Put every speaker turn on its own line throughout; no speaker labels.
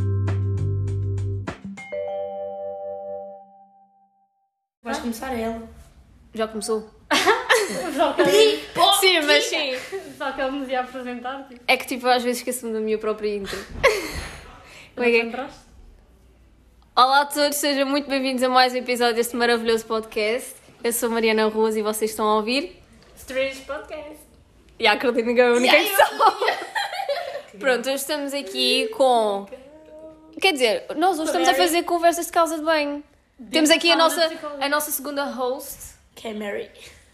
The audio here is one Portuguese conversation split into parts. Ah.
Vais começar ela.
Já começou?
Só que ele,
sim, mas sim.
só que ele nos ia apresentar. Tipo,
É que tipo, às vezes esqueço-me da minha própria intro. Como é que é?
entraste?
Olá a todos, sejam muito bem-vindos a mais um episódio deste maravilhoso podcast. Eu sou Mariana Ruas e vocês estão a ouvir.
Strange Podcast.
E a Carolina é a única que sou. Pronto, hoje estamos aqui com. Quer dizer, nós hoje estamos a fazer conversas de casa de banho. Temos aqui a
de
nossa,
psicóloga.
a nossa segunda host.
Que é Mary.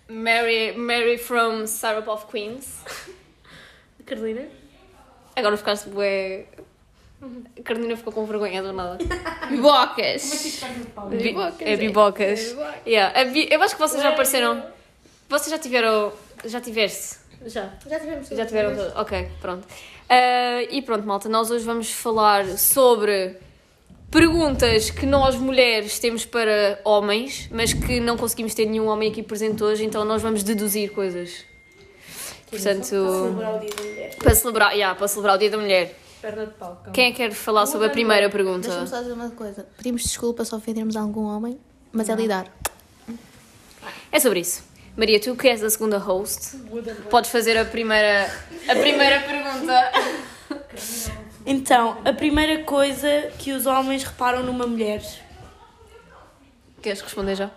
Mary, Mary from Syrup of Queens.
Carolina.
Agora ficaste bué... A Carolina ficou com vergonha do nada. tipo, Bibocas! Bi- É bibocas. Yeah. a bi- Eu acho que vocês já apareceram. Vocês já tiveram. Já tiveste.
Já.
Já tivemos.
Já tiveram. todo- Ok, pronto. Ah, e pronto, malta, nós hoje vamos falar sobre perguntas que nós mulheres temos para homens, mas que não conseguimos ter nenhum homem aqui presente hoje, então nós vamos deduzir coisas. Portanto.
Celebrar o dia da mulher.
Para celebrar, yeah, para celebrar o Dia da Mulher.
Perna de pau. calma.
Quem é que quer falar sobre a primeira pergunta?
Deixa-me só dizer uma coisa. Pedimos desculpa se ofendermos algum homem, mas é lidar.
É sobre isso. Maria, tu que és a segunda host, podes fazer a primeira, a primeira pergunta.
Então, a primeira coisa que os homens reparam numa mulher.
Queres responder já?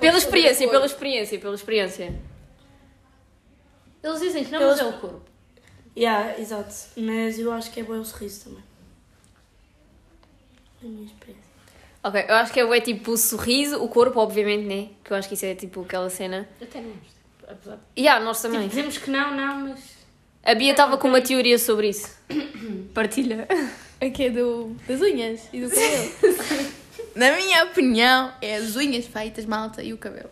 Pela experiência, pela experiência, pela experiência.
Eles dizem que não,
Pelas-
mas é o corpo.
Yeah, exato. Mas eu acho que é bom o sorriso também. A minha experiência.
Ok, eu acho que é, é tipo o sorriso, o corpo, obviamente, né? Que eu acho que isso é tipo aquela cena.
Até não. tipo, Apesar de...
E yeah, nós também.
Dizemos que não, não, mas...
A
é,
Bia estava com uma teoria sobre isso. Partilha.
Aqui é do, das unhas e do cabelo. Na minha opinião, é as unhas feitas, malta, e o cabelo.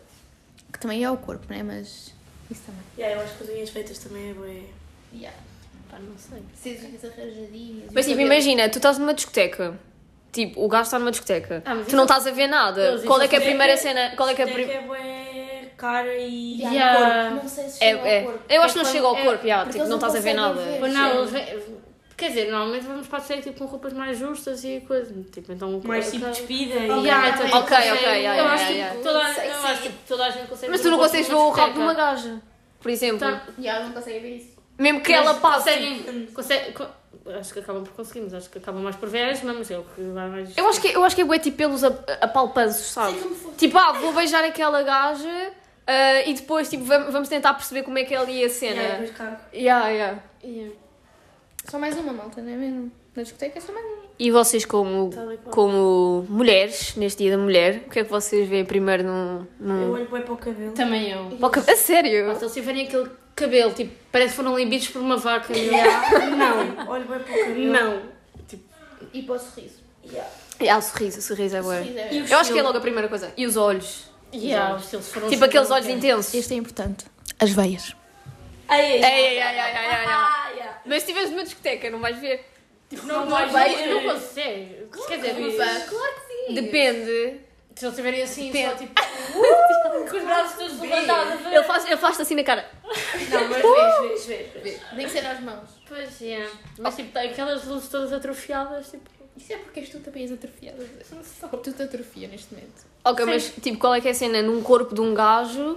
Que também é o corpo, né? Mas isso também.
Yeah, eu acho que as unhas feitas também é bom.
Yeah.
Pá, não sei.
Precisas unhas arranjadinhas.
Mas tipo, imagina, tu estás numa discoteca. Tipo, o gajo está numa discoteca.
Ah, mas
tu
isso-
não estás a ver nada.
Mas
Qual
isso
é que é a
é-
primeira cena? Qual é que é a
Tem que
primeira.
é bué cara e.
Yeah.
Não sei se
É,
chega ao
é.
corpo.
Eu acho que
É
não
quando-
chega ao
é,
corpo, já, tipo,
eles
não
não
estás a ver
conseguem
nada.
ver.
Ou não, eles... vêm- Quer dizer, normalmente vamos para a série tipo, com roupas mais justas e coisa. Tipo, então... o
Mais
corpo-
tipo despida e.
Yeah, então,
tipo, Ok, ok,
consegue-
yeah, yeah,
Eu acho
yeah,
que toda a- eu acho que toda a gente consegue
Mas
ver
tu não
corpo
consegues ver
numa
o rabo de
discoteca.
uma gaja, por exemplo.
Tá.
Yeah, eles não conseguem ver isso.
Mesmo que
Mas
ela passe.
Conseguem, consegue- co- acho que acabam por conseguir, mas acho que acabam mais por ver as mamas. É o que vai mais.
Eu acho que, eu acho que é bué, tipo pelos ap- apalpanços, sabe? Tipo, ah, vou beijar aquela gaja ah, e depois tipo, vam- vamos tentar perceber como é que é ali a
Yeah,
cena.
depois cara.
Yeah, yeah.
Yeah.
Só mais uma, malta, não é mesmo? Na discoteca é só mais uma.
E vocês como,
Tal e qual.
como mulheres, neste dia da mulher, o que é que vocês veem primeiro num...
Eu
num...
olho bem para o cabelo.
Também eu.
Pá, A sério?
Ou se eles tiverem aquele cabelo, tipo, parece que foram limbidos por uma vaca. meu.
Não, olho bem para o cabelo.
Não.
E para o sorriso.
Yeah.
Ah, o sorriso, o sorriso é bué.
E o
Eu acho que é
estilo?
logo a primeira coisa. E os olhos?
Yeah, os eles foram assim,
Tipo aqueles olhos intensos.
Este é importante. As veias.
Ai,
Ei, ei, ei, ei, ei, ei, ei.
ai, ai.
Mas se tiveres numa discoteca, não vais ver.
Tipo, não,
Não
não,
vais
não,
ver.
consegue. Quer dizer, não sei.
É Claro que sim.
Depende.
Se eles tiverem assim, só
Depende.
tipo. com os braços todos levantados. a ver.
Ele faz, ele faz assim na cara.
Não, mas vês, vês, vês. vês.
Nem que ser nas mãos.
Pois, yeah. Mas tipo, tem aquelas luzes todas atrofiadas, tipo.
Isso é porque és tu também és atrofiada. Tu te atrofia neste momento.
Ok, mas tipo, qual é que é a cena num corpo de um gajo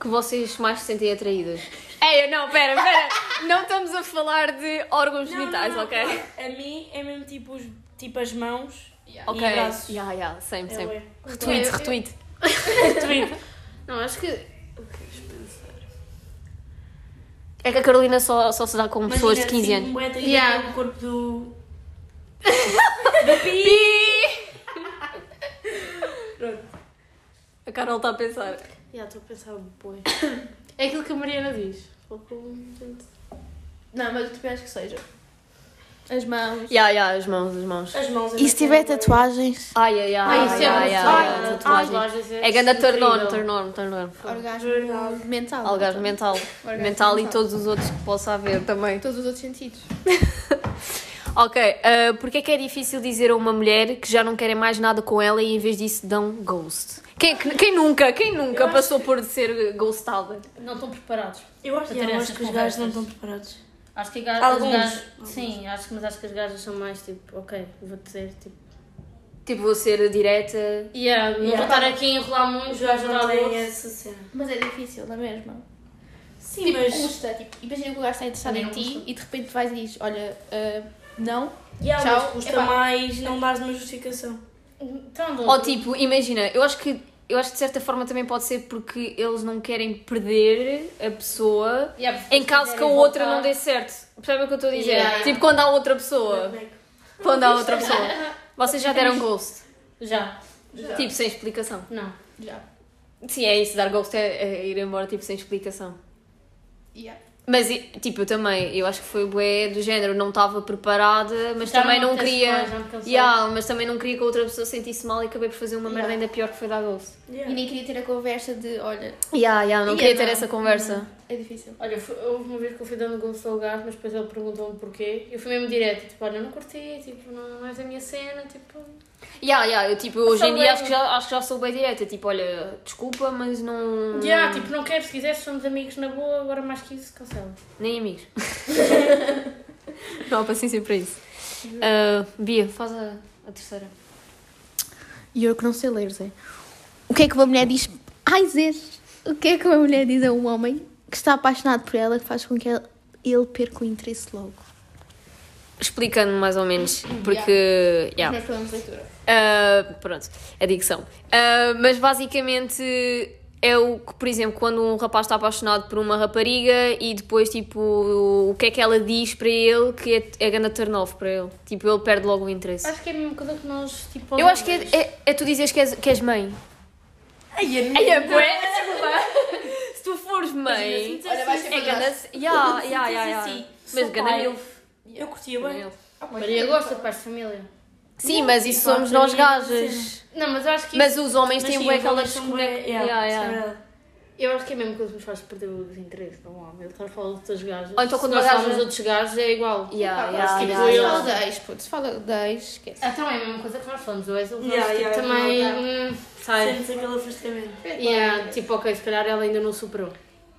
que vocês mais se sentem atraídas? Ei, não, pera, pera. Não estamos a falar de órgãos
Não,
genitais,
não, não.
ok?
A mim é mesmo tipo, os, tipo as mãos
Ok.
e braços.
Yeah, yeah, sempre,
É
sempre.
bué.
Retweet, retweet.
Não, acho que.
É que a Carolina só, só se dá com
Imagina,
pessoas de 15
assim,
anos.
Um hétero
Yeah.
com o corpo do...
A Carol está a pensar.
Já estou a pensar boi. É aquilo que a Mariana diz. Pouco-
Não, mas tu pensas que seja. As mãos.
Ya, ya, as mãos, as mãos.
As mãos.
E se tiver tatuagens?
Ai, ai, ai.
Ah, isso é
ai, ai,
brutal.
ai,
Ah,
tatuagem.
tatuagens
É ganda turn on,
incrível.
turn on, turn on.
Orgasmo mental.
Algasmo mental.
Orgasmo
mental e
mental.
todos os outros que possa haver também.
Todos os outros sentidos.
Ok, ah, porque é que é difícil dizer a uma mulher que já não querem mais nada com ela e em vez disso dão ghost? Quem, é que- quem nunca, quem nunca passou por ser ghostada?
Não estão preparados.
Eu acho,
Para
yeah,
ter
eu acho
essas
que os gajos não
conversas.
estão preparados.
Acho que ga-
Alguns.
as gajas. Sim, acho que, mas acho que as gajas são mais tipo, ok, vou dizer, tipo.
Tipo, vou ser direta.
Yeah, não vou
Yeah.
estar aqui a enrolar muito, já ajudar
não
o
tem
outro.
essa cena.
Mas é difícil, não é mesmo?
Sim,
tipo,
mas.
custa. Tipo, imagina que o gajo está interessado
Também
em
não
ti
custa.
e de repente vais e dizes, olha, ah, não.
Yeah,
Tchau.
mas custa
Epá.
mais não dás uma justificação.
Então, dou-
Ou tipo, imagina, eu acho que eu acho que de certa forma também pode ser porque eles não querem perder a pessoa
Yeah, porque
em
se
caso que a
quiserem
outra
voltar-
não dê certo. Percebe o que eu estou a dizer?
Yeah, yeah.
Tipo, quando há outra pessoa. Quando há outra pessoa. Vocês já deram ghost.
Já.
Tipo, sem explicação.
Não.
Já.
Sim, é isso, dar ghost é, é ir embora, tipo, sem explicação.
Yeah.
Mas, e- tipo, eu também, eu acho que foi bué do género, não estava preparada, mas
Já
também
não
não
tens
queria...
coragem de cancelar.
Yeah, mas também não queria que a outra pessoa sentisse mal e acabei por fazer uma merda
Yeah.
ainda pior que foi dar ghost.
Yeah.
E nem queria ter a conversa de, olha,
Yeah, yeah, não
Yeah,
queria ter
não,
essa conversa.
é difícil.
Olha, foi- houve uma vez que eu fui dando gosto ao gajo, mas depois ele perguntou-me porquê. Eu fui mesmo direto, tipo, olha, não curti, tipo, não, não és a minha cena, tipo.
Yeah, yeah, eu tipo, hoje em
Sou
dia
bem-
acho que, já, acho que já sou bem direta. Tipo, olha, desculpa, mas não.
Yeah, tipo, não quero, se quiseres, somos amigos na boa, agora mais que isso, cancela.
Nem amigos. não há paciência para isso. Ah, Bia, faz a, a terceira.
E eu que não sei ler, Zé. O que é que uma mulher diz? Ai, Zé! O que é que uma mulher diz a um homem que está apaixonado por ela que faz com que ela- ele perca o interesse logo?
Explicando mais ou menos, porque. Yeah.
Nós falamos leitura.
Ah, pronto, adicção. Ah, mas basicamente é o que, por exemplo, quando um rapaz está apaixonado por uma rapariga e depois, tipo, o que é que ela diz para ele que é, é ganda turn off para ele. Tipo, ele perde logo o interesse.
Acho que é a mesma coisa que nós, tipo.
Eu acho que é, é- é tu dizeres que és, que és mãe.
Ai, é
Ai, é bué, Se tu fores mãe,
Olha, vais ser
é ganda... Ya, ya, ya, ya. Mas ganda milf.
Eu curtia bem.
Maria gosta de pais de família.
Sim, mas isso
Pá,
somos
para
nós
mim é uma
gajas.
Não, mas eu acho que
Mas os homens
Mas
têm
sim,
bué
os
aquela
homens são bué-
desconec-
yeah,
Ya, ya.
isso é verdade.
Eu acho que é mesmo coisa que nos faz perder o desinteresse para um homem. Ele está a falar de outras gajas.
Ou então quando
Se
uma
nós
gaja-
falamos de outros gajos é igual.
Ya,
parece
ya,
que
ya, ya.
foi ele.
fala de ex, pô, se fala de ex, esquece.
Ah, Então é a mesma coisa que nós falamos. Ou és o gajo,
Yeah,
tipo,
yeah,
também.
yeah.
hum, sai.
Sentes aquele afastamento.
Yeah, tipo, ok, se calhar ela ainda não superou.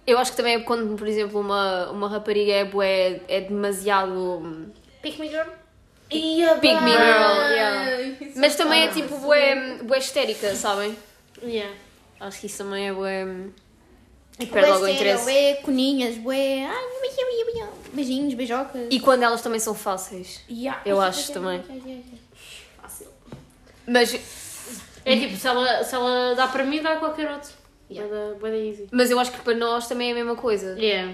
Eu acho que também é quando, por exemplo, uma, uma rapariga é bué, é demasiado...
Pick me girl.
Big me girl, ya. Mas também é tipo bué, bué histérica, sabem?
Yeah.
Acho que isso também é bué...
É
E perde logo o interesse.
Bué, coninhas, bué. Ai, bué, bué, bué, bué. beijinhos, beijocas.
E quando elas também são fáceis.
Ya.
eu acho também.
Fácil.
Mas
É tipo, se ela, se ela dá para mim, dá a qualquer outro. Yeah. Boa da easy.
Mas eu acho que para nós também é a mesma coisa.
Yeah.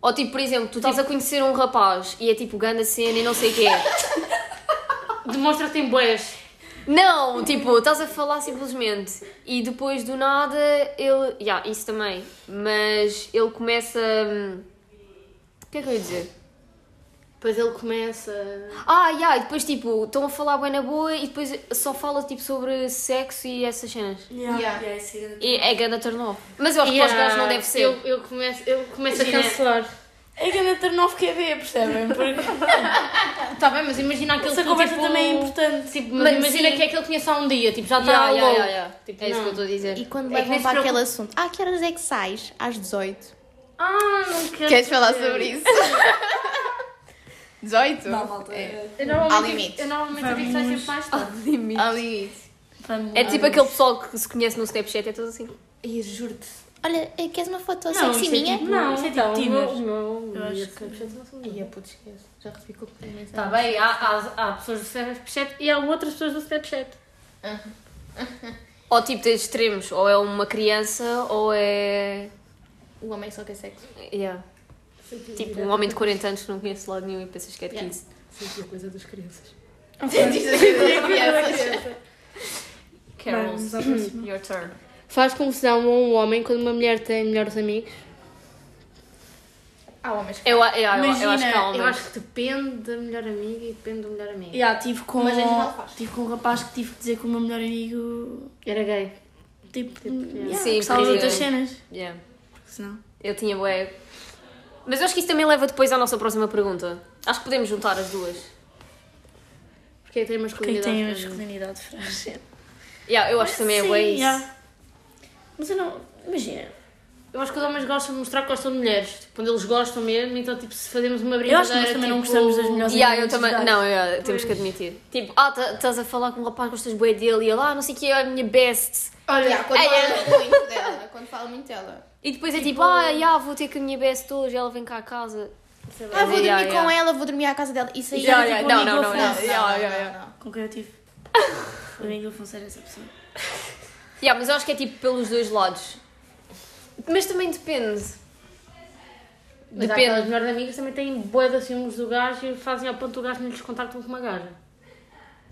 Ou tipo, por exemplo, tu estás a conhecer um rapaz e é tipo ganda cena e não sei o quê.
Demonstra-te em boés.
não, tipo, estás a falar simplesmente e depois do nada ele. Já, isso também. Mas ele começa. hum, O que é que eu ia dizer?
Depois ele começa.
Ah, já, e depois tipo, estão a falar bem na boa e depois só fala tipo sobre sexo e essas cenas.
Yeah,
Yeah.
yeah, isso é grande.
E é ganda turn off. Mas eu acho que para os gajos não deve ser.
Eu, eu começo, eu começo a
Imagina.
cancelar.
É que ainda turn off que é ver, percebem? Porque
Tá bem, mas imagina aquele
essa
que,
conversa
tipo,
também é importante.
Tipo, mas,
Mas
imagina
sim.
que é que ele conhece há um dia, tipo,
Já
já está
está
low.
low.
Tipo,
É isso que
não.
eu estou a dizer.
E quando
É que
levam
nem se
para
preocupa.
aquele assunto, ah, que horas é que sais? Às 18.
Ah, não quero.
Queres falar sobre isso? 18?
Não, malta.
É.
é.
Eu
Há
normalmente,
limites.
Eu normalmente digo que sai sempre mais tarde.
Ali.
Vamos
É
lá.
tipo aquele pessoal que se conhece no Snapchat, é tudo assim.
Ai, juro-te.
Olha, eh, queres uma foto
Não,
sexy
isto é
minha?
tipo-
Não,
Não,
isto é
então,
tipo
o meu- o meu- o
Eu
meu
acho
Snapchat não sou minha.
Ia, puto, esquece. Já recebi completamente.
Tá bem, há, há, há pessoas do Snapchat e há outras pessoas do Snapchat.
Ou tipo de extremos, ou é uma criança, ou é.
O Um homem só quer sexo.
Yeah. Tipo um homem de 40 anos que não conhece lado nenhum e pensas que é de
Yeah.
15.
Sempre a coisa das crianças.
Carol,
Vamos à próxima.
your turn.
Faz confusão a um homem quando uma mulher tem melhores amigos?
Há homens que
Eu, a- eu, eu, eu acho que
Imagina,
há
Eu
homens.
acho que depende da melhor amiga e depende do melhor amigo.
Yeah, tive com,
Mas a gente não faz.
tive com um rapaz que tive que dizer que o meu melhor amigo.
Era gay.
Tipo, yeah,
Sim,
gostava de
queria.
outras cenas.
Yeah.
Porque senão.
Eu tinha bué. Mas eu acho que isso também leva depois à nossa próxima pergunta. Acho que podemos juntar as duas.
Porque aí tem
Quem
masculinidade.
é tem a
feminina.
masculinidade frágil.
Yeah, eu acho que também é bué
Sim,
isso.
yeah. Mas eu não. Imagina.
Eu acho que os homens gostam de mostrar que gostam de mulheres. Tipo, quando eles gostam mesmo, então, tipo, se fazemos uma
Eu
brincadeira.
acho que nós também não
tipo,
gostamos das melhores
E yeah, eu também. Não, yeah, temos que admitir. Tipo, ah, tá- estás a falar com um rapaz, gostas bué dele e ele, ah, não sei o que, é a minha best.
Olha,
Yeah, quando
Ai,
fala muito dela, quando fala muito dela.
E depois é tipo, ah, yeah, vou ter com a minha best hoje, ela vem cá a casa.
sei
É,
lá.
Ah, vou dormir
Yeah,
com
yeah.
ela, vou dormir à casa dela. Isso aí
Yeah,
é
yeah,
tipo
não,
amigo
não, não,
afinal.
não,
yeah, yeah, yeah.
não.
Com quem eu tive. O amigo Afonso era essa pessoa.
Yeah, mas eu acho que é tipo pelos dois lados. Mas também depende.
Mas há
Depende.
aquelas melhores amigas também têm boé de ciúmes do gajo e fazem ao ponto do gajo não lhes contactam com uma gaja.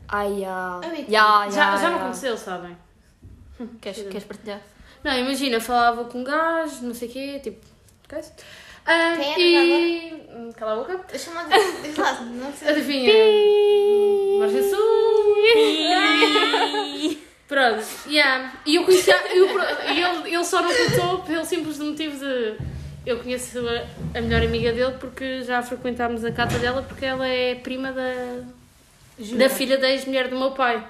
Ai, yeah.
Ah, e-
Yeah,
já
yeah,
já me
yeah.
aconteceu, sabem?
Queres, queres partilhar?
Não, imagina, falava com um gajo, não sei o quê, tipo. coisa. Ah,
Quem era
e. Hum, Cala a boca.
Eu chamo de. Diz lá, não sei.
Adivinha? Margem Sul! Pronto, yeah. E eu conhecia. Eu, ele, ele só não contou pelo simples motivo de. Eu conheço a, a melhor amiga dele porque já frequentámos a casa dela porque ela é prima da. Da filha da ex-mulher do meu pai.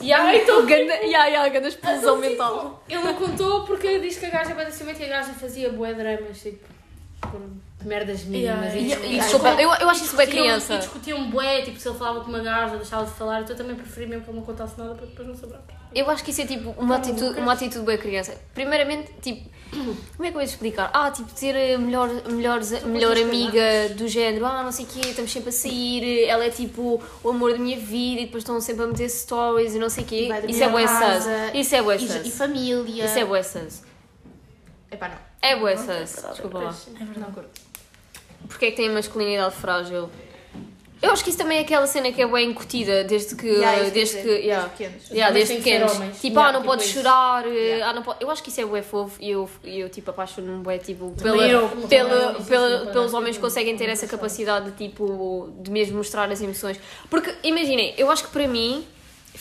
Yeah, então, ganda, yeah, yeah, ganda explosão
Hum,
mental.
Ele não contou porque diz que a gaja era cimento e a gaja fazia bué dramas, tipo, por merdas
Yeah,
mínimas.
é.
discu-
E- e sopa- eu, eu acho isso bem
discutiam-
criança.
E discutiam bué, tipo, se ele falava com uma gaja, deixava de falar, então eu também preferi mesmo que ele não contasse nada para depois não sobrar.
Eu acho que isso é tipo uma
um
atitude, uma atitude bem criança. Primeiramente, tipo, como é que eu ia explicar? Ah, tipo, ter a melhor, melhor, melhor amiga do género, ah, não sei o quê, estamos sempre a sair, ela é tipo o amor da minha vida e depois estão sempre a meter stories e não sei o quê.
Vai dormir
Isso é
em
bué sus.
casa.
Isso é bué
E, e
sus.
família.
Isso é bué sus.
Epá, não.
É bué sus. Desculpa lá.
É verdade.
Porque é que tem a masculinidade frágil? Eu acho que isso também é aquela cena que é bem incutida, desde que.
Yeah, isso
desde
quer
que.
dizer, desde
yeah.
pequenos.
Yeah,
Mas
desde
tem que ser
pequenos.
homens.
Tipo,
Yeah,
ah, não
tipo
podes
isso.
chorar. eh, Ah, não po- Eu acho que isso é bué fofo e eu, e eu tipo, apaixono-me bué, tipo, pela, pela,
eu, como
pela,
também,
pela-
isso
pelos
não
homens que
parece
conseguem ter essa capacidade de, tipo, de mesmo mostrar as emoções. Porque, imaginem, eu acho que para mim,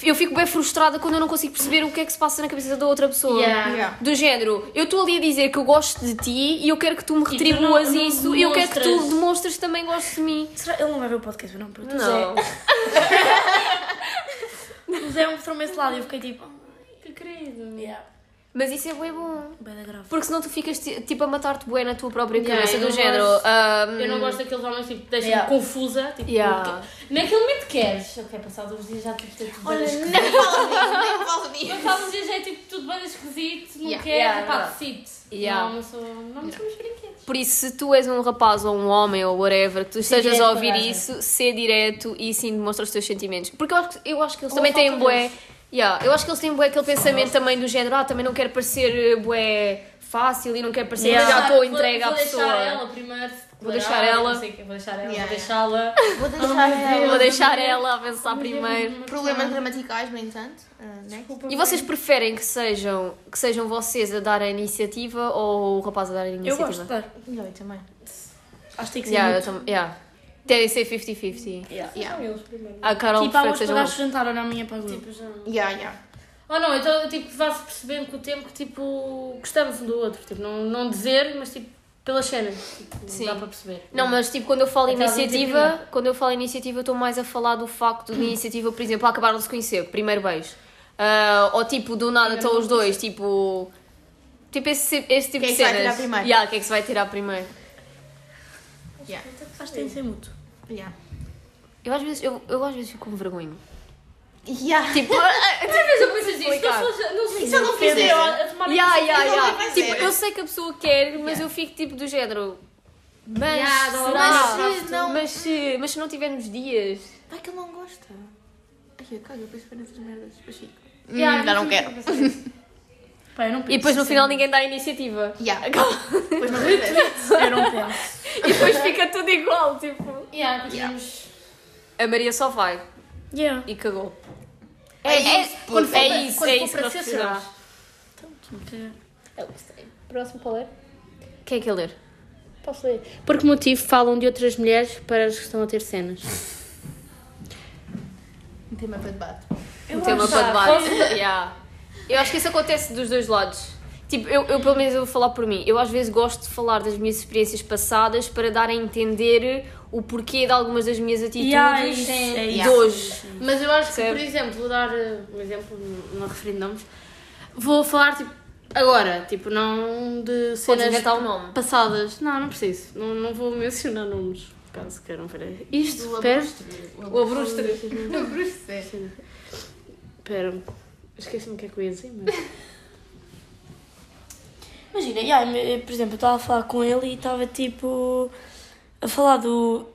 eu fico bem frustrada quando eu não consigo perceber o que é que se passa na cabeça da outra pessoa.
Yeah.
Yeah.
Do género, eu estou ali a dizer que eu gosto de ti e eu quero que tu me
tu
retribuas
Tipo, não- não
isso e eu quero que tu
demonstras.
demonstras que também gostes de mim.
Será ele não vai ver o podcast, mas não? Porque o
Não.
Zé- O Zé é mostrou-me esse lado e eu fiquei tipo... "Ai,
Que querido.
Yeah,
Mas isso é bué bom.
bem da grave.
Porque senão tu ficas ti- tipo a matar-te bué na tua própria
Yeah,
cabeça,
eu
do
não
género.
gosto-
ahm,
Eu não gosto daqueles homens tipo, que deixam
Hum. Yeah.
confusa. Tipo,
Yeah.
que- naquele momento queres. Ok, passados uns dias já tipo, tem tudo bem esquisito.
Não falo disso, não falo disso.
Passados uns dias já é tipo tudo bem esquisito, não
Yeah.
queres,
Yeah,
pá,
yeah.
decide.
Yeah.
Não, não sou. Não me somos brinquedos.
Por isso, se tu és um rapaz ou um homem ou whatever, que tu estejas
direto,
a ouvir
coragem.
isso, ser direto e sim demonstra os teus sentimentos. Porque eu acho que, eu acho que eles
Ou
também
a falta
têm bué.
deles.
Yeah, eu acho que eles têm bué aquele pensamento também do género, ah, também não quero parecer eh, bué fácil e não quero parecer
Yeah.
que já
Já
estou entregue à
vou
pessoa.
Deixar ela primeiro, se declarar,
deixar ela.
não sei o quê, vou deixar ela,
Yeah.
vou deixá-la.
Vou deixar ela.
Vou deixar ela avançar primeiro.
Problemas gramaticais, no entanto. Ah, né?
E vocês preferem que sejam, que sejam vocês a dar a iniciativa ou o rapaz a dar a iniciativa?
Eu gosto de dar.
E é eu também.
Acho que tem que ser
Yeah, eu
muito.
tam- yeah. Devem ser 50-50.
Yeah.
Yeah,
Eles primeiro.
A Carol
Tipo, há
prefere que
uns
sejam
pagados jantar, olha a minha para
Tipo, já.
yeah. yeah.
Oh não, então eu, tipo, vá-se percebendo com o tempo que tipo, gostamos um do outro. Tipo, não, não dizer, mas tipo, pelas cenas. Tipo,
Sim.
Dá para perceber.
Não, mas tipo, quando eu falo
Então, vamos
iniciativa, quando eu falo iniciativa, eu estou mais a falar do facto de iniciativa, por exemplo, acabaram de se conhecer, primeiro beijo. Ah, ou tipo, do nada estão os dois, tipo. Tipo, esse, esse tipo
Quem é
de
que vai
cenas.
tirar primeiro?
Yeah, quem é que se vai tirar primeiro?
Yeah.
Acho que tem que ser mútuo.
Yeah.
Eu às vezes, eu, eu às vezes fico com vergonha.
Yeah.
Tipo, às vezes eu
assim,
preciso
Explicar. Não sei é
Isso eu não fiz eu.
é um Yeah, yeah,
Não,
yeah.
vai
Tipo,
ser.
eu sei que a pessoa quer, mas eu fico tipo do género. Mas,
Yeah, dá
será?
lá
mas,
mais
se,
não.
não. Mas, se, mas se não tivermos dias.
Vai que ele não gosta. Ai, eu cago, eu penso para nessas merdas. Depois fico.
Yeah,
Hum, já não quero.
Pá, eu não penso
E depois no
assim.
final ninguém dá a iniciativa.
Yeah.
Depois não penso. Eu não penso.
E depois fica tudo igual, tipo.
Yeah,
Yeah.
temos-
A Maria só vai
Yeah.
e cagou.
É isso,
é, quando
puta.
for- é isso,
quando
é
for
isso que
para
nós
ser,
precisamos.
Então, tu me quer-
Eu gostei. Próximo para ler?
Quem é que é ler?
Posso ler? Por que motivo falam de outras mulheres para as que estão a ter cenas?
Um tema para debate.
Eu
um tema
acho-
para debate. Yeah. Eu acho que isso acontece dos dois lados. Tipo, eu, eu pelo menos eu vou falar por mim. Eu às vezes gosto de falar das minhas experiências passadas para dar a entender o porquê de algumas das minhas atitudes
Yeah, isso, é
de
isso.
hoje.
Mas eu acho que,
Percebe?
eh, por exemplo, vou dar uh, um exemplo, não- não referindo nomes, vou falar tipo. Agora, tipo, não de
Podes
cenas
inventar o nome.
passadas. Não, não preciso. Não, não vou mencionar nomes, caso queiram ver. Isto, espera.
O Abrustre.
Espera. Esqueci-me o que é que eu ia dizer, mas...
Imagina, yeah, me- por exemplo, eu estava a falar com ele e estava tipo a falar do,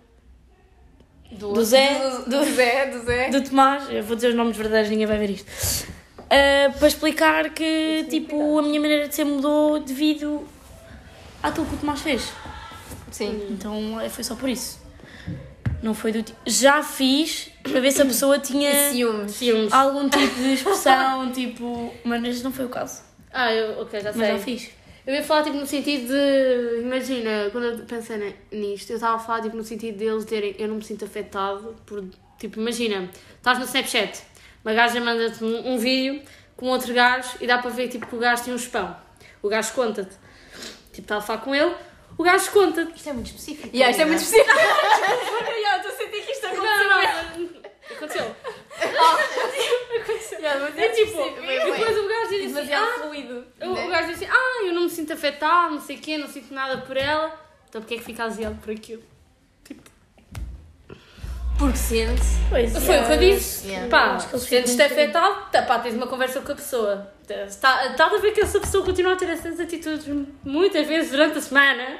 do Zé,
Do, do Zé, do Zé.
do Tomás, eu vou dizer os nomes verdadeiros, ninguém vai ver isto. Ah, para explicar que tipo, a minha maneira de ser mudou devido àquilo que o Tomás fez.
Sim.
Então eh, foi só por isso. Não foi do tipo. Já fiz para ver se a pessoa tinha
Ciúmes.
Filmes.
algum tipo de expressão, tipo. Mas este não foi o caso.
Ah, eu, ok, já sei.
Mas já fiz.
Eu ia falar tipo no sentido de. Imagina, quando eu pensei ne- nisto, eu estava a falar tipo no sentido deles terem. Eu não me sinto afetado por. Tipo, imagina, estás no Snapchat, uma gaja manda-te um, um vídeo com outro gajo e dá para ver tipo que o gajo tem um espão. O gajo conta-te. Tipo, estava a falar com ele, o gajo conta-te.
Isto é muito específico.
Yeah, isto é muito específico. yeah, estou a sentir que isto
Não, não, não. Aconteceu.
Yeah, mas
É tipo,
específico.
depois o gajo diz assim, ah,
demasiado fluido. né?"
O, o gajo diz assim, ah, eu não me sinto afetado, não sei o quê, não sinto nada por ela. Então porque é que fica aziado por aquilo? Tipo,
Porque sente.
Pois é.
Foi o que eu disse.
Yeah.
Pá,
Acho que eles
sentes-te
ficam um
afetado, tá, pá, tens uma conversa com a pessoa. Tá, Está está a ver que essa pessoa continua a ter essas atitudes muitas vezes durante a semana.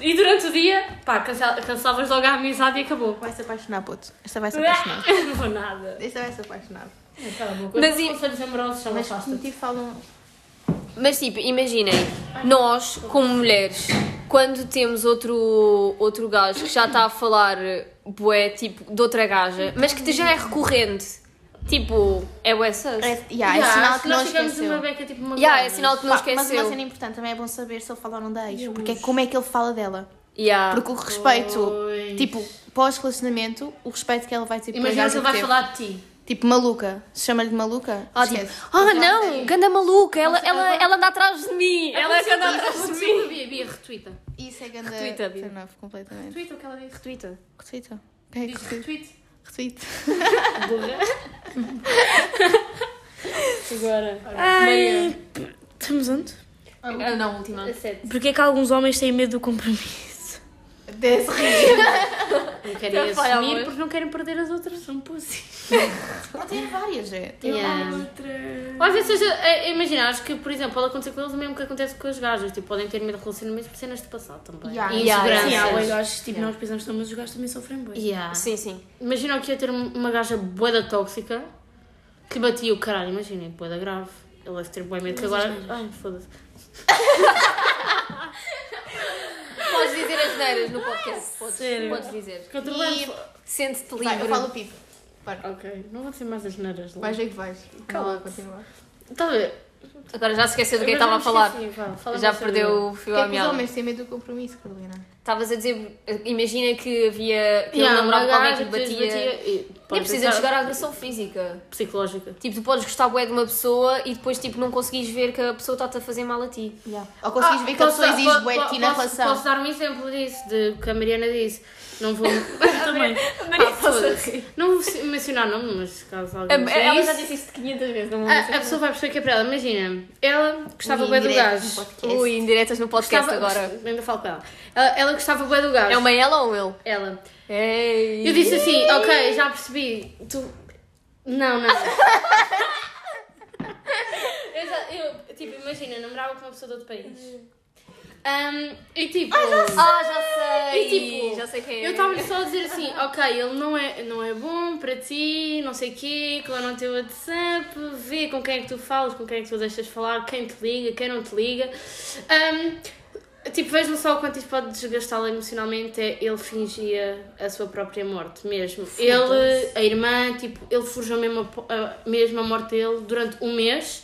E durante o dia, pá, cancel- cancelavas logo a amizade e acabou.
Vai se apaixonar, puto. Esta vai se apaixonar.
Não vou nada.
Esta vai se apaixonar.
Aquela boa coisa.
Mas e-
Conselhos amorosos são
Mas que
afastas.
motivo falam.
Mas tipo, imaginem, nós, como mulheres, quando temos outro, outro gajo que já está a falar bué, tipo, de outra gaja, mas que já é recorrente, tipo, é bué sus.
É, yeah, é sinal
se
que
nós
não
tivemos uma
esqueceu.
beca tipo uma
Yeah, é
gaja.
sinal que não
Pá, mas uma
esqueceu.
cena importante também é bom saber se ele fala ou não da ex, porque é como é que ele fala dela.
Yeah.
Porque o respeito,
Pois.
tipo, pós-relacionamento, o respeito que ela vai ter pela
Imagina
gaja
que ele
que
vai
teve.
falar de ti.
Tipo, maluca. Se chama-lhe de maluca?
Ah, tipo,
esquece.
ah não, ganda maluca, ela, ela, ela anda atrás de mim,
É
ela anda atrás de mim.
Bia, Bia, retweeta.
Isso é grande...
Retweeta, Bia.
turn off, completamente.
Retweeta o que ela diz.
Twitter.
Retweeta. É,
Diz
retweet.
retweet.
Retweet.
Burra. Agora.
Ai, estamos onde?
Ah, não, última.
A sete.
Porquê é que alguns homens têm medo do compromisso?
Desce rir.
Não querem
Então, vai, amor.
assumir porque não querem perder as outras. São pussies.
Ela tem várias, é. Tem
Yeah.
Outra.
Ou às vezes, eh, imagina, acho que, por exemplo, pode acontecer com eles o mesmo que acontece com as gajas. Tipo, podem ter medo de relacionamentos por cenas de passado também.
Yeah.
E
Yeah,
inseguranças.
Sim, há boi
Yeah.
gajos, tipo, nós pensamos que não, mas os gajos também sofrem boi.
Yeah.
Sim, sim.
Imagina que ia ter um, uma gaja boeda tóxica que lhe batia o caralho. Imaginem, boeda grave. Ele deve ter boi medo que agora. Ai, foda-se.
Podes dizer as neiras no podcast, podes,
sério?
podes dizer.
Controlando.
Sente-te livre.
Vai, eu falo o pipo.
Ok, não vou dizer mais as neiras.
Vais ver que vais. Calma, continua.
Está a ver?
Agora já se esqueceu do que é assim, eu estava a falar. Já perdeu o fio
Porque
à
é que os
meada.
homens têm medo do compromisso, Carolina?
Estavas a dizer, imagina que havia que ele namorava com alguém que lhe batia. Nem precisa de chegar à agressão física.
Psicológica.
Tipo, tu podes gostar bué de uma pessoa e depois tipo não conseguis ver que a pessoa está-te a fazer mal a ti.
Ou conseguis ver que a pessoa exige Então bué de ti na
Ah, posso,
relação?
Posso dar um exemplo disso, de que a Mariana disse. Não vou.
Também.
Maria,
não vou mencionar nome, mas caso alguém.
ela, já
seja isso,
disse É, isso 500 vezes, não
a, a pessoa vai perceber que é para ela. Imagina, ela gostava
Ui,
bem do
indireto no
gajo.
podcast.
Ui, indiretas no podcast
Gostava-
agora.
Ainda falo com ela. Ela, ela gostava bem do gajo.
É uma ela ou um ele?
Ela.
Ei.
Eu disse assim, ok, já percebi. Tu. Não, não. eu, já- eu, tipo, imagina, namorava com uma pessoa de outro país. Ahm, e tipo.
Ah, já sei.
E, tipo,
já sei quem é.
eu estava-lhe só a dizer assim, ok, ele não é, não é bom para ti, não sei o quê, colar no teu WhatsApp, vê com quem é que tu falas, com quem é que tu deixas falar, quem te liga, quem não te liga. Ahm, tipo, vejam só o quanto isto pode desgastá-lo emocionalmente, é ele fingia a sua própria morte mesmo. Ele, a irmã, tipo, ele forjou mesmo a, po- a mesma morte dele durante um mês.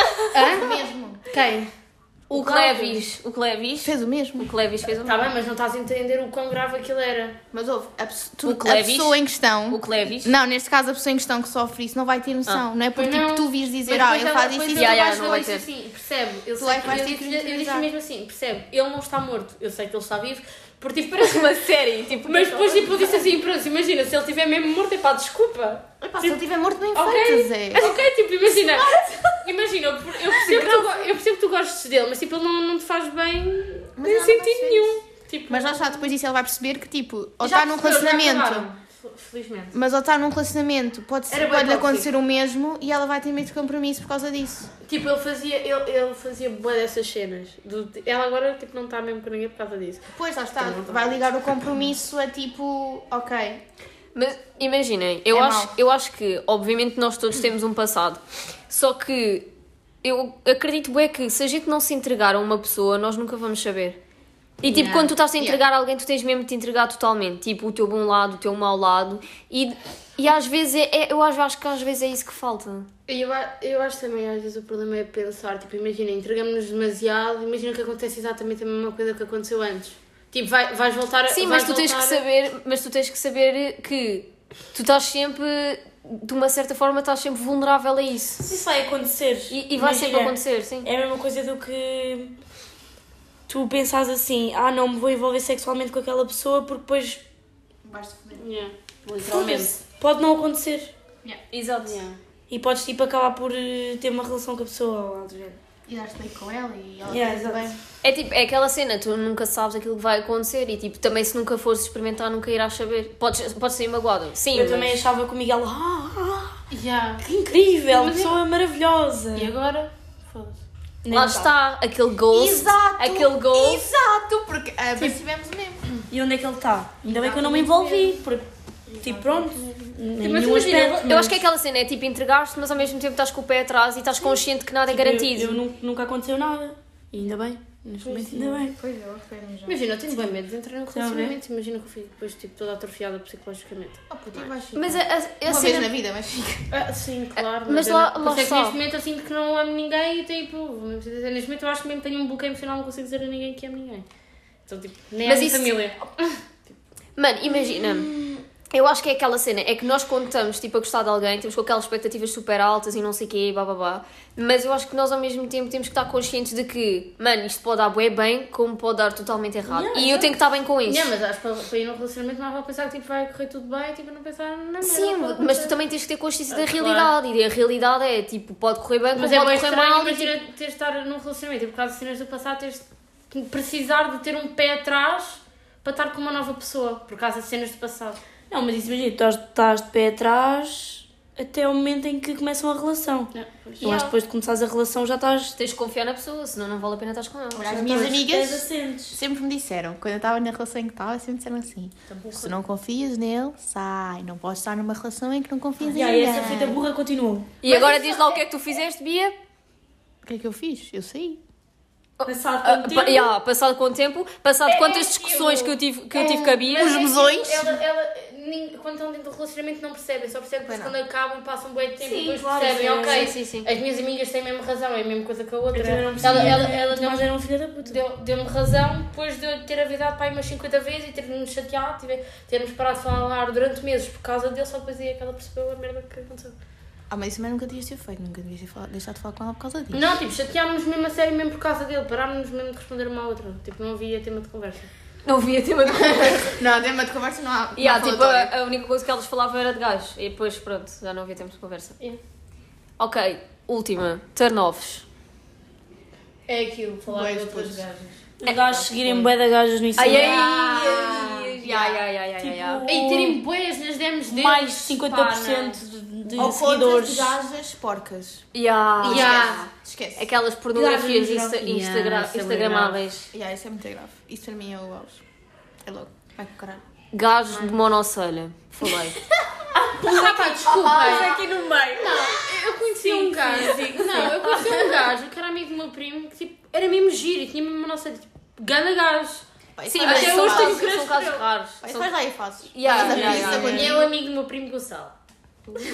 O mesmo.
Quem?
O Clevis. O Clevis.
Fez o mesmo.
O Clevis fez um.
Tá bem, mas não estás a entender o quão grave aquilo era.
Mas houve, a, pesso- tu-
O Clevis?
a pessoa em questão.
O Clevis.
Não, neste caso, a pessoa em questão que sofre isso não vai ter noção, não é? Porque
Ah. Pois não.
tipo, tu vires dizer,
Mas
ah,
depois
ele
ela-
faz isso
depois
e
Yeah,
tu
ele
yeah,
vais
não
falou
vai
isso
ter.
assim, percebe? Eu,
Tu é que vais
sei
ter
que,
que
eu, eu disse
interiorizar.
mesmo assim, percebe? Ele não está morto, eu sei que ele está vivo, Porque, tipo,
Parece uma série, tipo.
Mas
é
depois, tipo, eu disse assim, pronto, imagina, se ele tiver mesmo morto, é pá, desculpa.
Epá, se ele estiver morto, é. bem feito,
Tipo, Ok,
Zé.
ok, tipo, imagina. Imagina, eu eu percebo, que tu, go- eu percebo que tu gostes dele, mas tipo, ele não, não te faz bem
Mas
em
ela
sentido
não faz
nenhum. Tipo,
Mas lá está, depois disso ele vai perceber que, tipo, ou
já
está num
percebeu, já
relacionamento,
acabaram, fe- Felizmente.
mas ou está num relacionamento, pode,
Era
ser,
bué
pode
tóxico.
acontecer o mesmo e ela vai ter medo de compromisso por causa disso.
Tipo, ele fazia, ele, ele fazia boa dessas cenas. Do- ela agora, tipo, não está mesmo com ninguém por causa disso.
Pois, lá está, Tipo, vai ligar o compromisso a tipo, ok.
Mas imaginem, eu,
É
acho,
mau.
eu acho que, obviamente, nós todos temos um passado. Só que eu acredito é que se a gente não se entregar a uma pessoa, nós nunca vamos saber. E tipo,
Yeah.
quando tu estás a entregar
Yeah.
a alguém, tu tens mesmo de te entregar totalmente. Tipo, o teu bom lado, o teu mau lado. E, e às vezes, é, é- eu acho- acho que às vezes é isso que falta.
Eu, a- eu acho também, às vezes, o problema é pensar, tipo, imagina, entregamos-nos demasiado, imagina que acontece exatamente a mesma coisa que aconteceu antes. Tipo, vai, vais voltar a.
Sim,
vais
mas tu tens que
voltar-
saber, mas tu tens que saber que tu estás sempre, de uma certa forma, estás sempre vulnerável a isso.
Se isso vai acontecer.
E, e vai sempre
imagina,
acontecer, sim.
É a mesma coisa do que tu pensares assim, ah não me vou envolver sexualmente com aquela pessoa porque depois
Yeah.
literalmente pode não acontecer.
Exato.
Yeah.
E podes tipo acabar por eh, ter uma relação com a pessoa ou algo do género.
E dar-te bem com ela e ela
Yeah,
está bem.
É tipo, é aquela cena, tu nunca sabes aquilo que vai acontecer e tipo, também se nunca fores experimentar, nunca irás saber. Podes, podes sair magoado. Sim,
Eu
mas-
também achava que o Miguel, ah, ah,
Yeah.
que incrível, uma
Mas eu-
pessoa é maravilhosa.
E agora? Foda-se.
Nem
Lá
sabe.
está, aquele ghost.
Exato!
Aquele ghost.
Exato! Porque ah, mas tivemos o mesmo.
E onde é que ele está? Ainda bem que eu não me envolvi, porque, tipo, pronto, em
Mas
nenhum
imagina,
aspecto.
Eu acho que é aquela cena, é tipo, entregar-te, mas ao mesmo tempo estás com o pé atrás e estás consciente que nada é garantido.
Tipo, Eu, eu nun- nunca aconteceu nada. E ainda bem, neste momento ainda bem.
Pois, eu arrependo já.
Imagina, eu tenho bem medo de entrar num
a ver?
relacionamento, imagina que eu fico depois tipo, toda atrofiada psicologicamente.
Oh, puta, eu acho.
Mas a, a, a
Uma vez
cena.
na vida, mas fica.
Ah, sim, claro.
mas
eu
lá-
não-
lá
por isso é que
está.
neste momento eu sinto que não amo ninguém e tipo, neste momento eu acho que mesmo tenho um bloqueio emocional, não consigo dizer a ninguém que amo ninguém. Então, tipo, nem
Mas
à minha
isso- é
família.
Mano, imagina. Eu acho que é aquela cena, é que nós contamos, tipo, a gostar de alguém, temos com aquelas expectativas super altas e não sei o quê, blá blá blá, mas eu acho que nós ao mesmo tempo temos que estar conscientes de que, mano, isto pode dar bué bem, como pode dar totalmente errado. e eu tenho que estar bem com isso.
Não, mas acho que para, para ir num relacionamento mais vale pensar que tipo, vai correr tudo bem e tipo, não pensar na merda.
Sim,
pode
mas tu
acontecer.
também tens que ter consciência da
Ah, claro.
realidade, e a realidade é, tipo, pode correr bem, como
Mas é
pode
bem
correr
estranho,
mal. e,
imagina
tipo,
teres de estar num relacionamento e por causa de cenas do passado teres de precisar de ter um pé atrás para estar com uma nova pessoa, por causa de cenas do passado.
Não, mas isso imagina, tu estás- estás de pé atrás até o momento em que começam a relação.
Não,
Eu acho que depois de começares a relação já estás.
Tens de confiar na pessoa, senão não vale a pena estar com ela.
As minhas
estás
amigas-
pés assentes.
Sempre me disseram, quando eu estava na relação em que estava, sempre disseram assim: se não confias nele, sai, não podes estar numa relação em que não confias
E
em
aí,
ninguém.
essa feita burra continua.
E agora diz lá o que é que tu fizeste, Bia?
O que é que eu fiz? Eu saí.
Passado
um
Ah,
tanto
pa-
tempo.
yeah, passado quanto tempo, passado
É,
quantas discussões que eu tive, que eu tive com a Bia.
Os mesões.
Ela, ela, nin- quando estão dentro do relacionamento não percebem, só percebem depois
Pois
quando acabam e passam um bom tempo
Sim,
e depois
claro,
percebem,
sim.
ok,
Sim, sim, sim.
as minhas amigas têm a mesma razão, é a mesma coisa que a
Eu
outra.
também não percebi.
ela ela, ela
Tu
deu-
mais era um filho da puta.
deu- deu-me razão depois de eu ter avisado para aí umas 50 vezes e ter-nos chateado, tiver- termos parado de falar durante meses por causa dele, só depois aí é que ela percebeu a merda que aconteceu.
Ah, mas isso também nunca devias ter feito, nunca devias ter falado- deixado de falar com ela por causa disso.
Não, tipo, chateámos-nos mesmo a sério mesmo por causa dele, parámos-nos mesmo de responder uma à outra. Tipo, não havia tema de conversa.
Não via tema de
Não, tema de conversa não há.
yeah, tipo, a, a única coisa que elas falavam era de gajos. E depois, pronto, já não havia tempo de conversa.
Yeah.
Ok, última. Turn-offs.
É aquilo, falar
Boas
de outras
putos.
gajas.
Os gajos seguirem bué de gajas no
Ai, ai,
Instagram.
ai, ai, ai, ai, ai, ai, ai.
Tipo,
E terem boias nas demos deles.
mais
pá,
50%
não. é?
de,
Ou
de
contas
seguidores.
de gajas porcas.
Yeah.
Yeah.
Ah.
Esquece.
Aquelas pornografias
Gajas,
insta-
yeah,
Instagra-
isso é bem
instagramáveis.
Yeah, isso é muito grave. Isso para mim é o auge. É logo. Vai com o caralho.
Gajos de monocelha. Falei.
Ah, pá, desculpa.
aqui no meio.
Eu conheci um gajo. Não, eu conheci um gajo que era amigo do meu primo que tipo, era mesmo giro e tinha mesmo a nossa tipo, ganda gajo.
Vai,
Sim,
faz
mas
lá e
são
hoje tenho
fazes.
casos,
crush
são casos
por ele.
raros.
Vai,
São-
faz lá e fazes.
Yeah,
Faz a
yeah,
pizza
yeah,
com
E é o amigo do meu primo Gonçalo.
Mas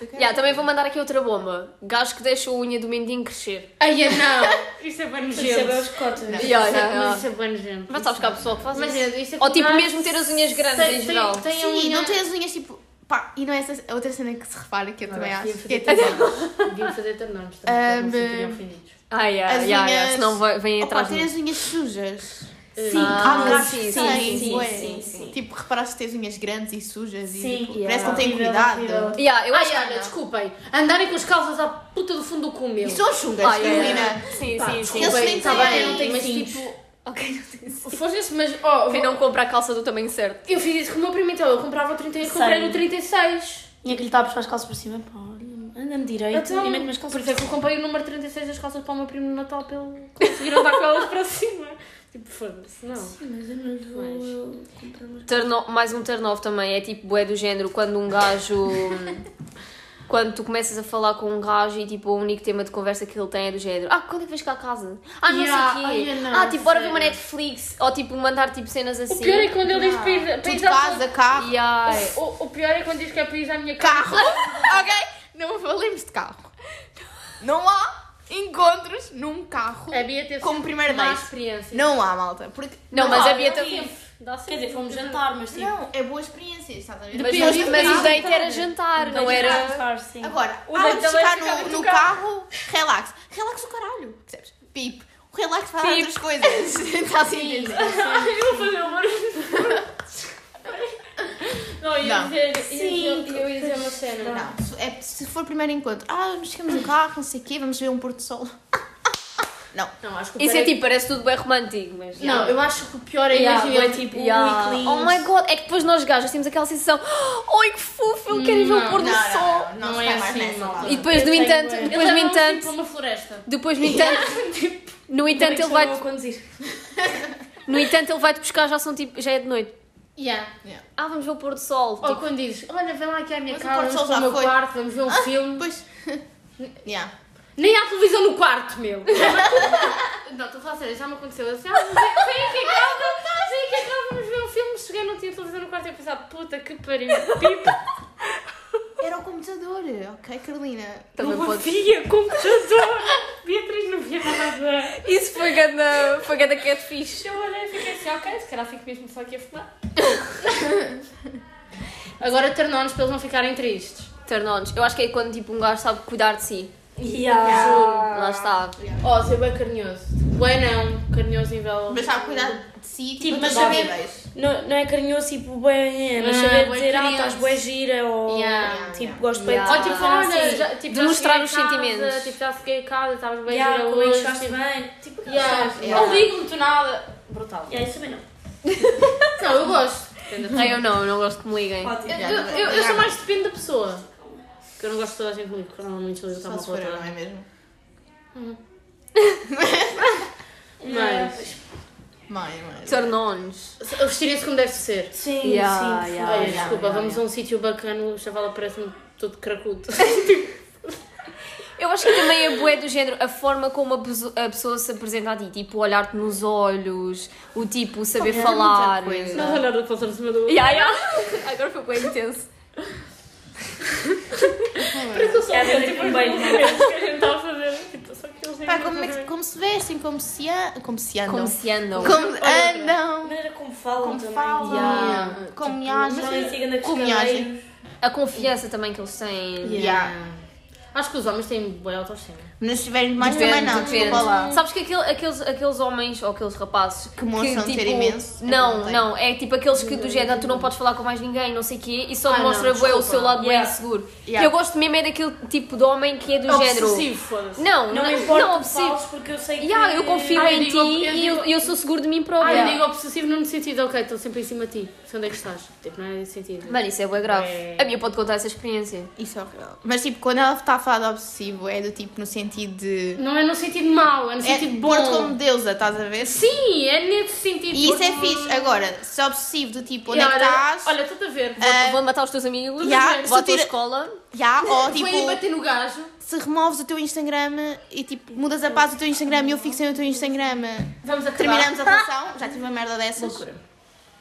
eu quero-
Yeah, também vou mandar aqui outra bomba. Gajo que deixa a unha do mendinho crescer.
Ai, não. Isso é bem
Saber
nojento.
os cotas.
Yeah, yeah,
Mas
yeah.
isso é bem nojento.
Mas sabes que há pessoal que faz isso.
Mas é- isso é
Ou tipo
com
mesmo
gajos-
ter as unhas grandes
Tem-
em
tem-
geral.
tem um- a
Sim,
unha-
não tem as unhas tipo. Pá, e não é essa a outra cena que se repara que eu também
Deviam
acho. Que é
fazer
tipo,
tornamos. Deviam fazer tornamos também, para não se
Ah,
sentirem
mas-
ofendidos.
Ai, ai,
As
ai, ai,
unhas-
senão vai- vêm
Opa,
atrás de
ter
mim.
as unhas sujas.
Sim,
Ah,
mas
sim,
sim,
sim,
bué.
sim, sim.
Tipo, reparaste que tens unhas grandes e sujas e
Sim,
tipo,
yeah.
parece que não têm
Horrível,
cuidado.
horrível.
Yeah, eu acho
Ai,
que
Ana, desculpem. Andarem com as calças à puta do fundo do cu, meu.
E são chungas,
Ah, yeah.
menina.
Sim,
Pá,
sim, sim.
desculpem,
Eles nem
tá
têm,
bem,
não
têm
mas
cintos.
tipo...
Ok, não tem sentido.
Fosse mas... ó,
Quem não compra a calça do tamanho certo.
Eu fiz isso com o meu primo, então. Eu comprava o 38, comprei
Sei.
no 36.
Tinha que lhe estar a puxar as calças por cima. Pá, olha, anda-me direito.
Então,
e mete umas
por
calças
exemplo, eu comprei o número 36 das calças para o meu primo no Natal para ele conseguir andar com elas para cima. Tipo, foda-se, não.
Mas eu não lhe vou comprar umas
Turn off- mais um turn off também, é tipo bué do género quando um gajo. quando tu começas a falar com um gajo e tipo o único tema de conversa que ele tem é do género Ah, quando é que vais cá a casa? Ah, não
Yeah,
sei o quê.
ai, não,
ah, tipo, bora ver
sério.
uma Netflix. Ou tipo, mandar tipo cenas assim.
O pior é quando ele
Ah,
diz para ir, para
Tu de
ir
Então,
ao-
casa, carro.
Yeah.
O, o pior é quando diz que é para ir à minha casa.
Carro! ok? Não falemos de carro. Não há encontros num carro
A Bia teve
como primeiro
uma
date.
experiência.
Não há, malta. Porque
Não, mas
dá,
a Bia
dá
também.
sempre, dá sempre. um
Quer dizer, fomos jantar, mas tipo.
Não, é boa experiência, estás a ver?
Mas,
Depende
mas
do
o date
jantar.
era jantar, não era.
Jantar, sim.
Agora,
O
ah,
leite também
ficar
fica
no,
muito
no
caro.
carro, relax. Relax o caralho, percebes? Pip. O relax vai dar
Pip.
outras coisas. Está assim
Eu vou fazer um barulho. Não, eu ia
Não.
dizer, eu ia
Sim,
dizer- eu ia dizer uma cena.
Não, se- é, se for primeiro encontro, ah, nos chegamos no carro, não sei o quê, vamos ver um pôr do sol. Não.
Não, acho que o
Isso
pior
é tipo, parece tudo bem romântico, mas.
tipo, Não, eu acho que o pior é
Yeah,
mesmo ele,
bué,
tipo,
yeah.
o weekly.
Oh my god, é que depois nós gajos temos aquela sensação Oi que fofo, eu quero ir ver o
Não,
pôr do sol
não, não, não, se vai mais nessa, malta.
E depois, no entanto,
tipo,
depois, no entanto,
é um uma floresta.
depois, no entanto,
tipo,
no
é
entanto, ele vai,
conduzir.
no entanto, ele vai-te buscar, já são tipo, já é de noite.
Yeah.
Ah, vamos ver o pôr do sol.
Ou
Tipo,
quando dizes, olha, vem lá aqui à minha
Mas o
casa,
Porto Sol
vamos para o
já
meu
foi.
quarto, vamos ver um filme.
Pois. yeah.
Nem há televisão no quarto, meu. não, estou a falar sério, já me aconteceu. Eu disse, ah, vem vem aqui a casa, vem aqui a casa, vamos ver um filme. Cheguei, não tinha televisão no quarto e eu pensava, puta que pariu, pipa.
Era o computador, ok, Carolina?
também
Não
tá pode.
havia computador. Beatriz não via nada.
Isso foi ganda, foi ganda é catfish.
Eu olhei e fiquei assim, ok, se calhar fico mesmo só aqui a fumar. Agora tornou-nos para eles não ficarem tristes.
Turn ons. Eu acho que é quando tipo um gajo sabe cuidar de si. Lá está.
Oh, você é bem carinhoso. Bem não, carinhoso nível...
Mas sabe, cuidar de si, tipo,
Tipo, mas
dá
saber-
ideias.
Não, não é carinhoso, tipo, bem, é, mas
Ah,
saber
bué
dizer, ah,
carinhoso.
estás boa gira, ou
Yeah,
tipo,
yeah.
gosto bem
Yeah.
Ou
de
tipo,
ti,
olha,
assim.
já, tipo, já
Demonstrar
cheguei
os
a casa,
sentimentos.
Tipo, já cheguei a casa, estavas bem
Yeah,
gira
como
hoje.
enxaste
tipo,
bem, tipo, aquelas
yeah.
coisas.
Yeah.
Não ligo-me, tu nada. Brutal.
Yeah, isso também não.
Não, eu gosto.
Ai, eu não, eu não gosto que me liguem.
Ótimo.
Eu, eu, eu, sou mais depende da pessoa. Que eu não gosto de toda a gente comigo, porque normalmente ligo
Só
para uma
se for,
coisa.
não é mesmo?
Mas
Mãe, mãe.
Turn ons.
vestirem-se como deve ser.
Sim,
Yeah,
sim. É
yeah,
Ai,
yeah,
desculpa,
yeah,
vamos
yeah.
a um sítio bacana, o chaval parece-me todo cracudo.
Eu acho que também é bué do género a forma como a, peso- a pessoa se apresenta a ti, tipo olhar-te nos olhos, o tipo saber
é
falar.
muita coisa.
Nós olhando para o cima do
Yeah, yeah. Agora foi bem intenso.
Parece que eu sou
É,
o
tipo,
tipo
um
de
beijo.
que a gente está a fazer. Tipo, Só que eles nem
Pá,
vão
como, é
fazer.
que, como se vestem, como se, an... como se andam.
Como se andam.
Como
Olha, A
andam.
maneira como falam
Como
também.
falam.
Yeah.
Como
Mas também
miagem.
siga na
Como miagem.
A confiança também que eles têm.
Yeah.
Acho que os homens têm boa autoestima.
Mas se tiverem mais também não, desculpa lá.
Sabes que aquele- aqueles, aqueles homens ou aqueles rapazes que tipo,
mostram ter imenso, eu
Não,
não tenho.
não, é tipo aqueles que do género ah, tu não podes falar com mais ninguém, não sei o quê, e só
Ah,
demonstra
não,
bué o
desculpa.
seu lado bem
Yeah.
inseguro.
Yeah.
Eu gosto mesmo é daquele tipo de homem que é do género.
Obsessivo, foda-se.
Não,
Não
não
importa
não,
o que
obsessivo.
falas, porque eu sei que...
Yeah, eu confio
Ah, eu
em
digo-
ti
eu
e eu,
digo-
eu sou seguro de mim
Ah,
própria.
eu digo obsessivo no sentido, ok, estou sempre em cima de ti. Sei onde é que estás. Tipo, não é nesse sentido.
Mano, isso é bué grave.
É.
A minha pode contar essa experiência.
Isso é horrível. Mas tipo, quando ela está a falar de obsessivo, é do tipo no sentido de.
Não é no sentido mau, é no
É
sentido
pôr-te como
bom.
deusa, estás a ver?
Sim, é nesse sentido.
E isso é
Porque-
fixe. Agora, se é obsessivo do tipo, onde
E
é que
olha,
estás? Ah,
Olha, estou a ver.
Vou, vou matar os teus amigos,
É. Yeah, se
vou à tua
tira-
escola.
Já, ou
Foi aí
tipo,
bater no gajo.
se removes o teu Instagram e tipo, mudas a paz do teu Instagram e eu fico sem o teu Instagram,
Vamos acabar.
terminamos a relação, já tive uma merda dessas.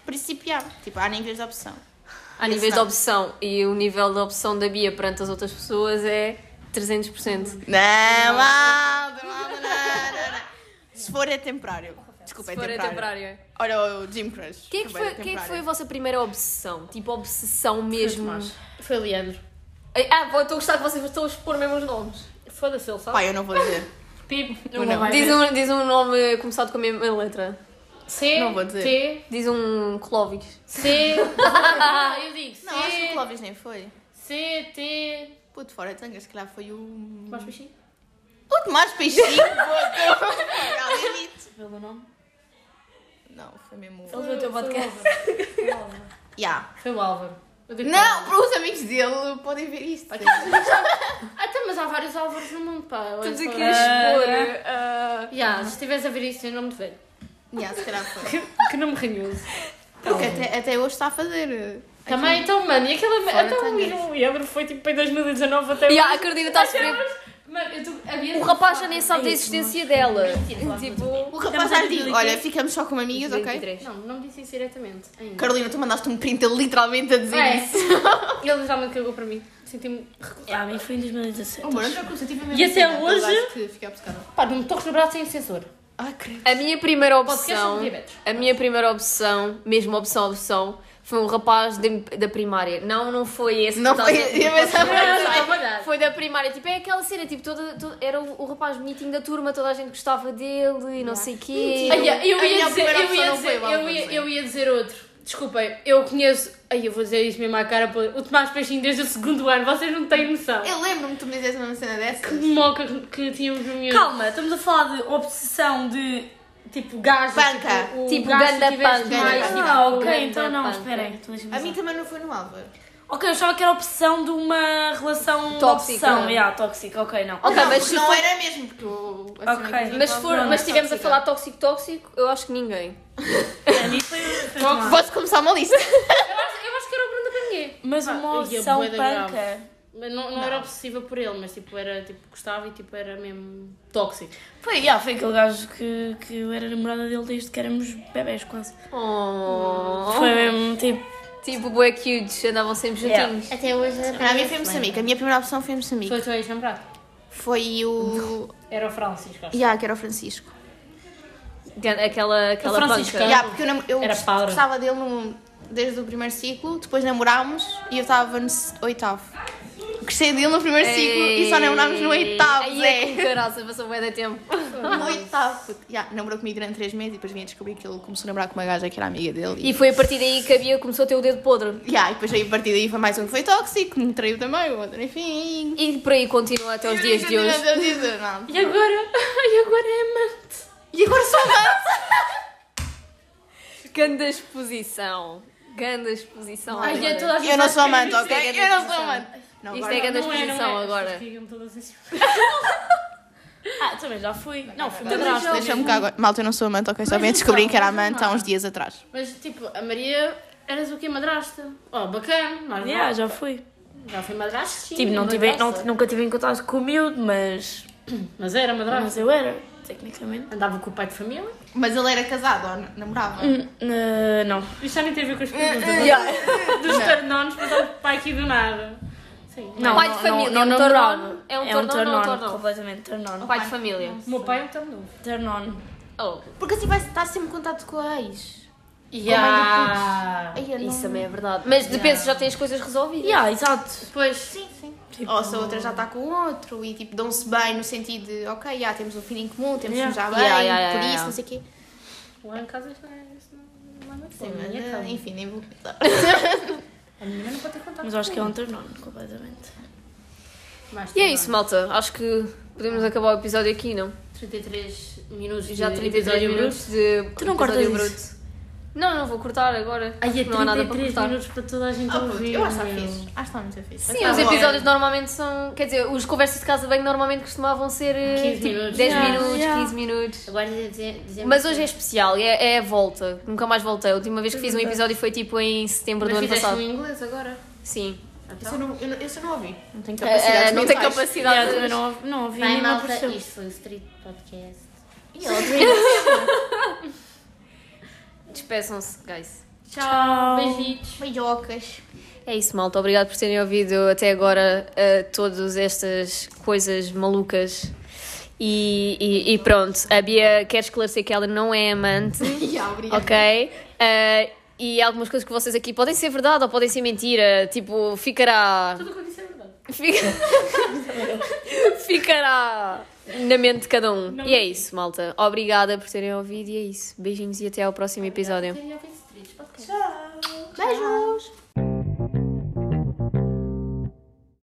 Por isso, tipo, já. tipo, há níveis de opção.
Há níveis de opção e o nível de opção da Bia perante as outras pessoas é 300%.
Não, malda, malda, não, não, não. Se for é temporário. Desculpa, é
Se for, é
temporário.
temporário.
Olha o Jim Crush.
Quem é que, foi, quem é que foi a vossa primeira obsessão? Tipo, obsessão mesmo?
Foi o Leandro.
Ai, Ah, vou- estou a gostar que vocês estão a expor mesmo os nomes.
Foda-se, ele Tipo, sabe.
Pai, eu não vou dizer.
Pipo.
Eu não.
Diz um, diz um nome começado com a mesma letra.
C,
Não vou dizer.
T,
Diz um Clóvis.
C. Ah, eu digo
Não, acho que o
C,
Clóvis nem foi.
C, T.
Puto, fora de sangue, se calhar foi o...
Mais baixinho?
O Tomás Peixinho,
é
puto.
Pelo meu nome?
Não, foi mesmo... o-
Ele viu o teu podcast.
Ya.
Foi o Álvaro. Eu digo
Não, para os amigos dele podem ver isto.
Até, Ah, então, mas há vários Álvaros no mundo, pá. Olha
Estamos
só.
aqui a expor. ah,
Ya, se estiveres a ver isso, tem nome de velho.
Ya, se calhar foi.
Que nome ranhoso.
Porque até, até hoje está a fazer. eh,
Também, então, mano, e aquela.
Fora
Até o
também.
Will Weber foi tipo em 2019 até.
E a Cardina está a
Até
sofrer.
hoje. Mano, eu tô- havia-
O rapaz já nem sabe da existência dela. Tipo.
O rapaz já diz, olha, ficamos só como amigas, ok?
23.
Não, não me disse isso diretamente. Ainda.
Carolina, tu mandaste um print literalmente a dizer
É.
isso.
Ele literalmente cagou para mim. Senti-me.
Ah, a mim foi em 2017.
Amor, não te preocupes, eu tive a mesma
Oh, E até
cena, mas
hoje-
acho que fiquei um. obcecada.
Pá, não me toques no um braço sem sensor.
Ah, credo.
A minha primeira
Podcast
opção.
sobre diabetes.
A minha primeira opção, mesmo opção, opção, foi um rapaz de- da primária. Não, não foi esse. que
Tá Não
tu
foi.
estás a-
Eu pensava
Ah, Não, tá
que
não, não, não.
Foi da primária, tipo, é aquela cena, tipo, toda, toda- era o, o rapaz bonitinho da turma, toda a gente gostava dele e não sei o quê.
Ai, ai, eu
A
ia
minha
dizer,
primeira
eu ia
opção não foi
dizer,
o
eu
Álvaro,
ia,
sim.
eu ia dizer outro. Desculpem, eu conheço. Ai, eu vou dizer isto mesmo à cara. pô, O Tomás Peixinho desde o segundo ano, vocês não têm noção.
Eu lembro-me que tu me disseste uma cena dessa.
Que moca que tínhamos no meu.
Calma, estamos a falar de obsessão de tipo gajo.
Panca.
Tipo, o
Tipo,
gajo que
ganda
tivesse
panca.
mais-
Ganda
Ah,
panca.
ok, então não,
Ganda
espera aí.
panca.
então deixa-me
A mim
pensar.
também não foi no Álvaro.
Ok, eu achava que era opção de uma relação
Tóxica.
tóxica. Opção. Yeah, tóxica, ok, não.
Ok,
não,
mas
porque
se
não
for-
era mesmo, porque eu.
Ok.
Mas se for,
Não, não,
mas estivemos a
tóxica.
falar tóxico, tóxico, eu acho que ninguém.
A mim foi, foi má.
Posso começar uma lista?
Eu acho, eu acho que era o Bruno Garnier.
Mas
Ah,
uma
e a
opção
bué da grave.
panca.
Mas não, não era obsessiva por ele, mas tipo, era tipo, gostava e tipo, era mesmo tóxico.
Foi, yeah, foi aquele gajo que, que eu era namorada dele desde que éramos bebés, quase.
Oh,
Foi mesmo tipo.
Tipo, bué cutes, andavam sempre
Yeah.
juntinhos.
Até hoje. Para mim
um
foi Moçambique. A minha primeira opção foi Moçambique.
Foi o teu ex-namorado?
Foi o.
Era o Francisco, acho.
Ya, que era o Francisco.
Aquela, aquela
Francisca.
panca.
Ya, porque eu, nam- eu
Era Paula.
gostava dele no- desde o primeiro ciclo, depois namorámos e eu estava no s- oitavo. Gostei dele no primeiro ciclo e só namorámos no oitavo,
Ai,
Zé.
é que caraça, passou bué de tempo.
No oitavo. puto. Ya, namorou comigo durante três meses e depois vim a descobrir que ele começou a namorar com uma gaja que era amiga dele.
E foi a partir daí que a Bia começou a ter o dedo podre.
E, ya, e depois aí a partir daí foi mais um que foi tóxico, que me traiu também, o outro, enfim.
E por aí continua até os dias de hoje.
Não dizer nada.
E agora? E agora é amante.
E agora sou amante.
Ganda exposição. Ganda exposição.
Ai,
agora.
é toda a gente
Eu não
vai
sou amante,
escrever
ok? Eu não sou amante. Não,
Isto
agora
é
não.
grande
Não é, não
exposição
é.
agora.
Ficam todas assim.
Ah, também já fui.
é
Não, fui
Também
madrasta.
já- Deixa-me cá agora. Malta, eu não sou amante, ok? Só
Mas
vim a descobrir
então,
que era
mas
amante há
então.
uns dias atrás.
Mas tipo, a Maria eras o quê? Madrasta? Oh, bacana. Nós não-
Yeah, já fui.
Já fui madrasta. sim,
Tipo, não tive, não,
madrasta.
nunca tive em contato com o miúdo, mas.
Mas era madrasta.
Mas eu era, tecnicamente.
Andava com o pai de família.
Mas ele era casado ou n- namorava?
Hum.
Ah, não.
Isto já nem tem a ver com as perguntas.
É,
Dos
Não.
tornones, mas há o pai aqui do nada. Sim.
Não,
Pai de
não,
família,
não,
é um
não
turn on.
namorava.
É um
é
turn on,
um turn
não é um
on,
turn on.
completamente turn on.
Pai de família.
O meu pai é um tornou.
Turn on.
Oh,
Porque assim vai estar sempre em contato com a ex.
Yeah.
Ai, eu não-
isso também é verdade. Mas depende se já tens coisas resolvidas.
Yeah, exato.
Pois. Sim, sim.
Tipo,
Ou se a outra já está com o outro e tipo dão-se bem no sentido de ok, já temos um filho em comum, temos
Yeah.
nos já bem,
Yeah, yeah, yeah,
por isso,
yeah.
não sei o quê.
Lá em casa isso não é- isso não manda
Sim, mas, eh, enfim, nem vou contar.
A minha não pode ter contato.
Mas acho que é um turn on, completamente.
Mais
E é
tarde.
isso, malta. Acho que podemos acabar o episódio aqui, não?
33 minutos.
Já
de
33
episódio
minutos
bruto.
de
Tu não
episódio
cortas
bruto. Não, não vou cortar agora.
Ai, é
não há nada para
33
cortar.
minutos para toda a gente
Ah, puto,
ouvir.
eu acho que
meu.
está fixe. Acho que está muito fixe.
Sim,
Mas
os
tá bom.
episódios normalmente são. Quer dizer, os conversas de casa de banho normalmente costumavam ser eh,
15
tipo,
minutos.
10
Yeah,
minutos,
yeah.
15 minutos.
Agora dizer- dizemos
Mas
que-
hoje é especial, é, é a volta. Nunca mais voltei. A última vez que fiz um episódio foi tipo em setembro
Mas
do ano
fizeste
passado.
um inglês agora?
Sim.
Isso eu não- eu não- Isso eu não ouvi. então, É, Não tenho
Eh,
capacidade.
eh, não tem capacidade.
Yeah, não, ouvi- não ouvi
Vai,
nem
malta,
apareceu.
isto foi o Street Podcast.
Despeçam-se, guys.
Tchau.
Beijinhos.
Beijocas.
É isso, malta. Obrigado por terem ouvido até agora eh, todas estas coisas malucas. E, e- e pronto, a Bia quer esclarecer que ela não é amante,
Ya, obrigada.
ok? Eh, e algumas coisas que vocês aqui podem ser verdade ou podem ser mentira, tipo, ficará.
Tudo o que eu disse é verdade.
Fica- Ficará na mente de cada um. E é isso, malta. Obrigada por terem ouvido e é isso. Beijinhos e até ao próximo episódio.
Beijos!